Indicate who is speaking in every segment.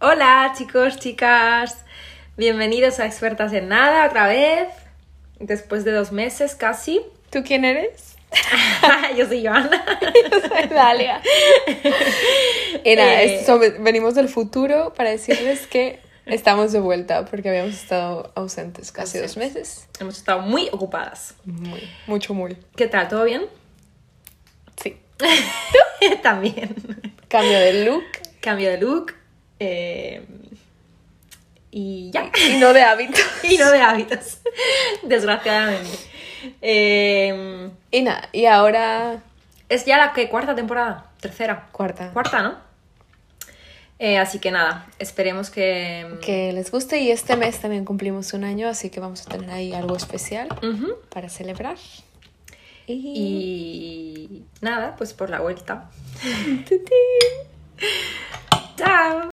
Speaker 1: Hola chicos, chicas, bienvenidos a Expertas en Nada otra vez, después de dos meses casi.
Speaker 2: ¿Tú quién eres?
Speaker 1: Yo soy Joana.
Speaker 2: Yo soy Dalia. Era,
Speaker 1: Eh.
Speaker 2: es- so- venimos del futuro para decirles que estamos de vuelta porque habíamos estado ausentes casi dos meses.
Speaker 1: Hemos estado muy ocupadas.
Speaker 2: Muy, mucho, muy.
Speaker 1: ¿Qué tal? ¿Todo bien?
Speaker 2: Sí.
Speaker 1: También.
Speaker 2: Cambio de look
Speaker 1: Cambio de look. eh, y ya.
Speaker 2: y no de hábito.
Speaker 1: y no de hábitos. Desgraciadamente. Eh,
Speaker 2: Y nada, y ahora
Speaker 1: es ya la que cuarta temporada. Tercera.
Speaker 2: cuarta.
Speaker 1: Cuarta, ¿no? Eh, así que nada, esperemos que.
Speaker 2: Que les guste y este mes también cumplimos un año, así que vamos a tener ahí algo especial
Speaker 1: Ujú.
Speaker 2: para celebrar. Y...
Speaker 1: Y nada, pues por la vuelta. Chao.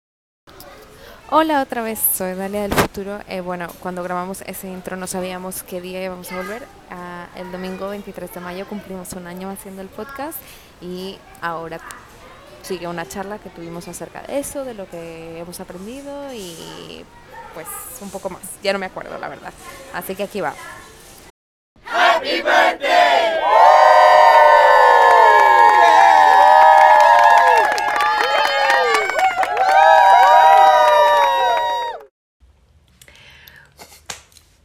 Speaker 2: Hola otra vez, soy Dalia del Futuro. Eh, bueno, cuando grabamos ese intro no sabíamos qué día íbamos a volver. Ah, el domingo 23 de mayo cumplimos un año haciendo el podcast y ahora sigue una charla que tuvimos acerca de eso, de lo que hemos aprendido y pues un poco más. Ya no me acuerdo, la verdad. Así que aquí va.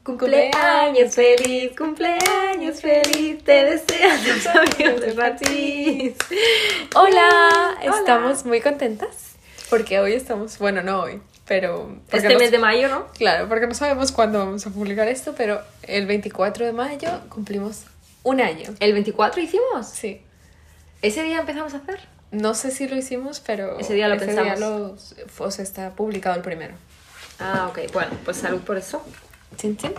Speaker 1: Cumpleaños feliz, cumpleaños feliz, te desean tus amigos de París.
Speaker 2: Hola,
Speaker 1: Hola.
Speaker 2: estamos muy contentas porque hoy estamos, bueno, no hoy, pero... porque
Speaker 1: Este
Speaker 2: nos-
Speaker 1: mes de mayo, ¿no?
Speaker 2: Claro, porque no sabemos cuándo vamos a publicar esto, pero el 24 de mayo cumplimos un año.
Speaker 1: El 24 hicimos.
Speaker 2: Sí.
Speaker 1: Ese día empezamos a hacer.
Speaker 2: No sé si lo hicimos, pero...
Speaker 1: Ese día lo pensamos.
Speaker 2: lo- o sea, está publicado el primero.
Speaker 1: Ah, ok. Bueno, pues salud por eso.
Speaker 2: Chin, chin.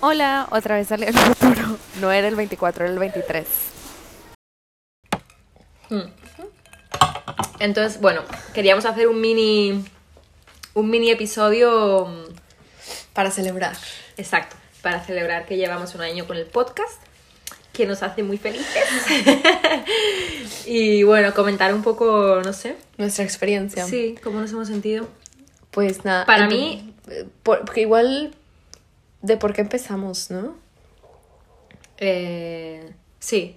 Speaker 2: Hola, otra vez sale el futuro. No era el 24, era el 23.
Speaker 1: Mm. Entonces, bueno, queríamos hacer un mini. Un mini episodio. mm,
Speaker 2: Para celebrar.
Speaker 1: Exacto. Para celebrar que llevamos un año con el podcast. Que nos hace muy felices. y bueno, comentar un poco, no sé.
Speaker 2: Nuestra experiencia.
Speaker 1: Sí, cómo nos hemos sentido.
Speaker 2: Pues nada.
Speaker 1: Para
Speaker 2: ento-
Speaker 1: mí-
Speaker 2: eh, por- porque igual... De por qué empezamos, ¿no?
Speaker 1: Eh, sí.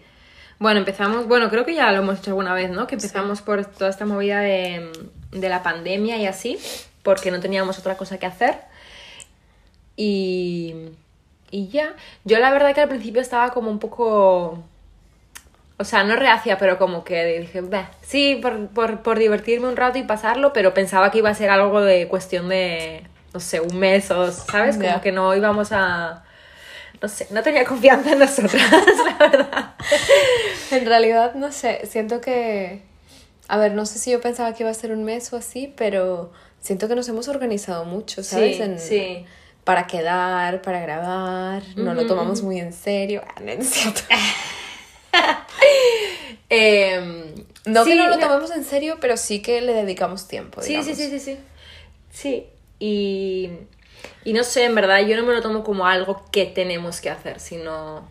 Speaker 1: Bueno, empezamos, bueno, creo que ya lo hemos hecho alguna vez, ¿no? Que empezamos por toda esta movida de, de la pandemia y así, porque no teníamos otra cosa que hacer. Y, y ya. Yo la verdad que al principio estaba como un poco... O sea, no reacia, pero como que dije, "Bah, sí, por, por, por divertirme un rato y pasarlo, pero pensaba que iba a ser algo de cuestión de, no sé, un mes o, ¿sabes? Como
Speaker 2: Ya.
Speaker 1: que no íbamos a... No sé, no tenía confianza en nosotras, la verdad.
Speaker 2: En realidad, no sé, siento que... A ver, no sé si yo pensaba que iba a ser un mes o así, pero siento que nos hemos organizado mucho, ¿sabes? En-
Speaker 1: sí.
Speaker 2: Para quedar, para grabar, no lo
Speaker 1: Ujú,
Speaker 2: tomamos muy en serio. Ah, no, no es cierto.
Speaker 1: Em,
Speaker 2: No
Speaker 1: sí,
Speaker 2: que no lo tomemos en serio, pero sí que le dedicamos tiempo,
Speaker 1: Sí, sí,
Speaker 2: digamos.
Speaker 1: sí, sí, sí. Sí. Y, y no sé, en verdad, yo no me lo tomo como algo que tenemos que hacer, sino...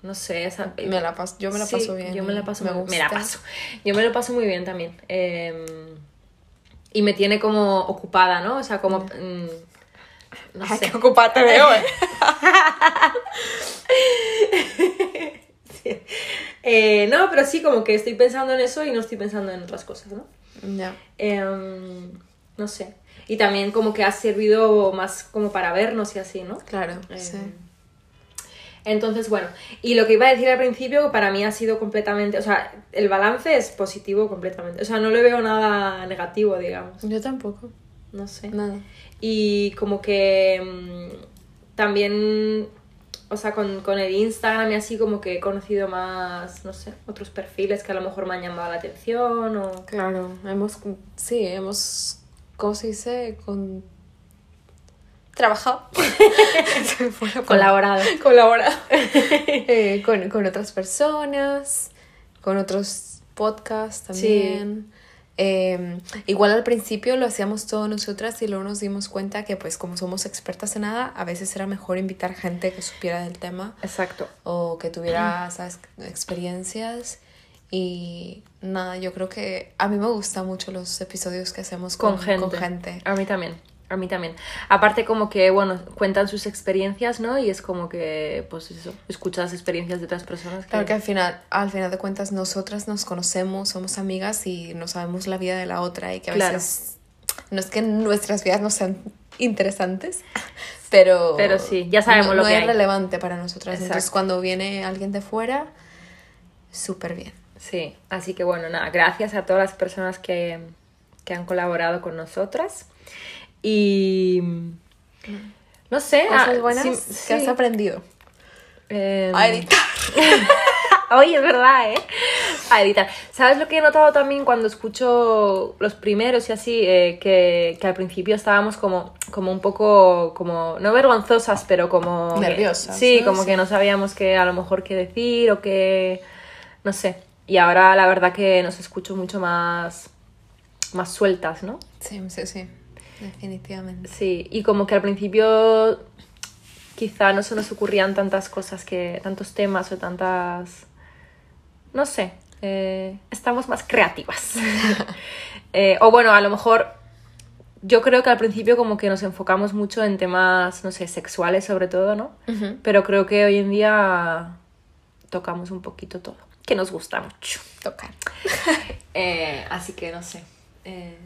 Speaker 1: No sé, esa-
Speaker 2: Me la pas- yo me la
Speaker 1: Sí,
Speaker 2: paso bien.
Speaker 1: Yo me la paso
Speaker 2: me
Speaker 1: muy- me la
Speaker 2: gusta.
Speaker 1: paso. Yo me lo paso muy bien también. Eh, y me tiene como ocupada, ¿no? O sea, como. mm, no
Speaker 2: Ay,
Speaker 1: sé.
Speaker 2: qué ocupada te veo, eh.
Speaker 1: Eh, no, pero sí, como que estoy pensando en eso y no estoy pensando en otras cosas, ¿no?
Speaker 2: Ya.
Speaker 1: Eh, no sé. Y también como que ha servido más como para vernos y así, ¿no?
Speaker 2: Claro,
Speaker 1: Eh,
Speaker 2: sí.
Speaker 1: Entonces, bueno, y lo que iba a decir al principio para mí ha sido completamente, o sea, el balance es positivo completamente, o sea, no le veo nada negativo, digamos,
Speaker 2: Yo tampoco.
Speaker 1: no sé.
Speaker 2: Nada.
Speaker 1: Y como que mm, también, o sea, con, con el Instagram y así como que he conocido más, no sé, otros perfiles que a lo mejor me han llamado la atención o...
Speaker 2: Claro, hemos, sí, hemos, ¿cómo se dice? Con... Trabajado. Se me fue la palabra.
Speaker 1: Colaborado.
Speaker 2: Colaborado. Eh, con, con otras personas, con otros podcasts también. Eh, igual al principio lo hacíamos todos nosotras y luego nos dimos cuenta que pues como somos expertas en nada, a veces era mejor invitar gente que supiera del tema
Speaker 1: Exacto.
Speaker 2: o que tuviera esas experiencias Y nada, yo creo que a mí me gustan mucho los episodios que hacemos
Speaker 1: con,
Speaker 2: con,
Speaker 1: gente.
Speaker 2: con gente.
Speaker 1: A mí también, a mí también. Aparte como que, bueno, cuentan sus experiencias, ¿no? Y es como que, pues eso, escuchas las experiencias de otras personas. Que...
Speaker 2: Claro que al final, al final de cuentas, nosotras nos conocemos, somos amigas y no sabemos la vida de la otra y que a
Speaker 1: Claro.
Speaker 2: veces no es que nuestras vidas no sean interesantes, pero,
Speaker 1: Pero sí, ya sabemos
Speaker 2: no,
Speaker 1: lo
Speaker 2: no
Speaker 1: que
Speaker 2: es
Speaker 1: hay.
Speaker 2: relevante para nosotras. Entonces
Speaker 1: Exacto.
Speaker 2: cuando viene alguien de fuera, súper bien.
Speaker 1: Sí, así que bueno, nada, gracias a todas las personas que, que han colaborado con nosotras. Y... No sé,
Speaker 2: Mm. Cosas
Speaker 1: ah,
Speaker 2: buenas
Speaker 1: sí-
Speaker 2: que has
Speaker 1: sí,
Speaker 2: aprendido.
Speaker 1: em,
Speaker 2: A editar.
Speaker 1: Oye, es verdad, ¿eh? A editar. ¿Sabes lo que he notado también cuando escucho los primeros y así? Eh, que, que al principio estábamos como, como un poco, como, no vergonzosas, pero como... que-
Speaker 2: Nerviosas,
Speaker 1: sí,
Speaker 2: ¿no?
Speaker 1: como
Speaker 2: Sí.
Speaker 1: que no sabíamos qué a lo mejor qué decir o qué... No sé. Y ahora la verdad que nos escucho mucho más, más sueltas, ¿no?
Speaker 2: Sí, sí, sí, definitivamente.
Speaker 1: Sí, y como que al principio quizá no se nos ocurrían tantas cosas que. tantos temas o tantas. No sé. eh, estamos más creativas. Eh, o bueno, a lo mejor. Yo creo que al principio como que nos enfocamos mucho en temas, no sé, sexuales sobre todo, ¿no?
Speaker 2: Ujú.
Speaker 1: Pero creo que hoy en día tocamos un poquito todo, que nos gusta mucho.
Speaker 2: Tocar.
Speaker 1: Eh, así que no sé. eh,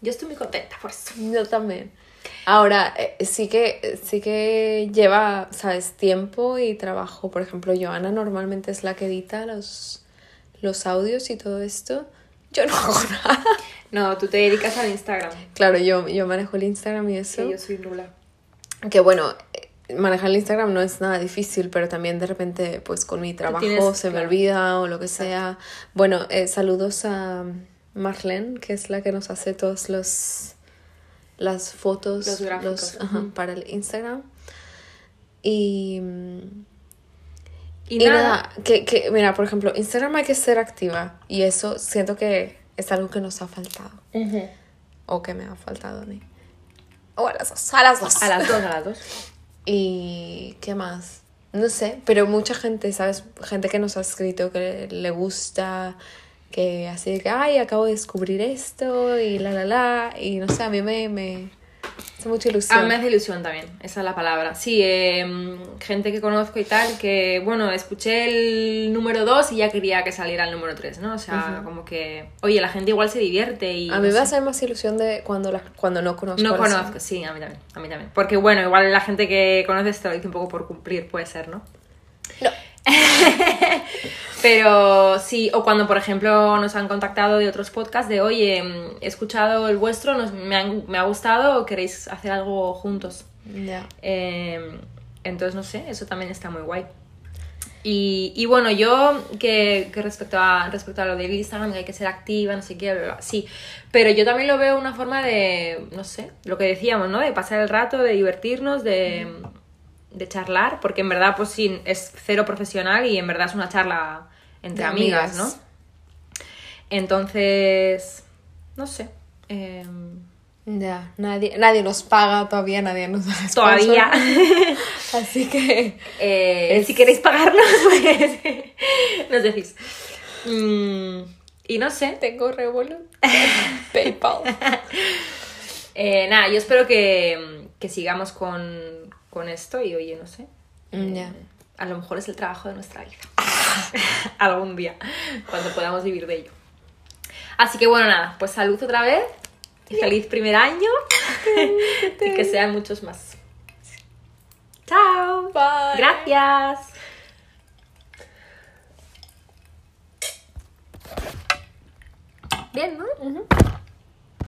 Speaker 1: yo estoy muy contenta por eso.
Speaker 2: Yo también. Ahora, eh, sí que, sí que lleva, sabes, tiempo y trabajo. Por ejemplo, Joana normalmente es la que edita los, los audios y todo esto. Yo no hago nada.
Speaker 1: No, tú te dedicas al Instagram.
Speaker 2: Claro, yo, yo manejo el Instagram y eso.
Speaker 1: Sí, yo soy nula.
Speaker 2: Que bueno, eh, manejar el Instagram no es nada difícil, pero también de repente, pues con mi trabajo
Speaker 1: tienes-
Speaker 2: se me
Speaker 1: claro.
Speaker 2: olvida o lo que sea. Bueno, eh, saludos a Marlene, que es la que nos hace todos los las fotos,
Speaker 1: Los gráficos,
Speaker 2: ajá,
Speaker 1: ujú.
Speaker 2: para el Instagram. Y,
Speaker 1: Y,
Speaker 2: y
Speaker 1: nada,
Speaker 2: nada, que, que, mira, por ejemplo, Instagram hay que ser activa y eso siento que es algo que nos ha faltado o que me ha faltado a mí. O a las dos, a las dos.
Speaker 1: a las dos, a las dos.
Speaker 2: ¿Y qué más? No sé, pero mucha gente, ¿sabes? Gente que nos ha escrito que le gusta, que así de que, ay, acabo de descubrir esto y la, la, la. Y no sé, a mí me, me hace
Speaker 1: A
Speaker 2: mucha
Speaker 1: mí
Speaker 2: ilusión.
Speaker 1: Ah, me hace ilusión también, esa es la palabra. Sí, eh, gente que conozco y tal, que bueno, escuché el número 2 y ya quería que saliera el número 3, ¿no? O sea, como que, oye, la gente igual se divierte y...
Speaker 2: A
Speaker 1: no
Speaker 2: mí me
Speaker 1: sé.
Speaker 2: hace más ilusión de cuando, la, cuando no conozco.
Speaker 1: No
Speaker 2: a las-
Speaker 1: conozco, sí, a mí también, a mí también. Porque bueno, igual la gente que conoces te lo dice un poco por cumplir, puede ser, ¿no?
Speaker 2: No.
Speaker 1: Pero sí, o cuando por ejemplo nos han contactado de otros podcasts de, oye, mm, he escuchado el vuestro, nos- me, han- me ha gustado, o queréis hacer algo juntos.
Speaker 2: Ya.
Speaker 1: Eh, entonces, no sé, eso también está muy guay. Y, y bueno, yo que, que respecto, a, respecto a lo del Instagram, que hay que ser activa, no sé qué, bla, bla, bla, sí, pero yo también lo veo una forma de, no sé, lo que decíamos, ¿no? De pasar el rato, de divertirnos, de, de charlar, porque en verdad pues sí, es cero profesional y en verdad es una charla entre
Speaker 2: De
Speaker 1: amigas,
Speaker 2: amigas.
Speaker 1: ¿no? Entonces, no sé. eh,
Speaker 2: Ya. Nadie, nadie nos paga todavía, nadie nos da sponsor.
Speaker 1: todavía.
Speaker 2: Así que.
Speaker 1: Eh,
Speaker 2: Es-
Speaker 1: Si queréis pagarnos, pues, nos decís. Mm, y no sé.
Speaker 2: Tengo Revolut. PayPal.
Speaker 1: Eh, nada, yo espero que, que sigamos con, con esto y oye, no sé.
Speaker 2: Mm,
Speaker 1: Eh,
Speaker 2: ya.
Speaker 1: A lo mejor es el trabajo de nuestra vida. Algún día, cuando podamos vivir de ello. Así que bueno, nada, pues salud otra vez. Y feliz primer año. y que sean muchos más. Chao.
Speaker 2: Bye.
Speaker 1: Gracias. Bien, ¿no?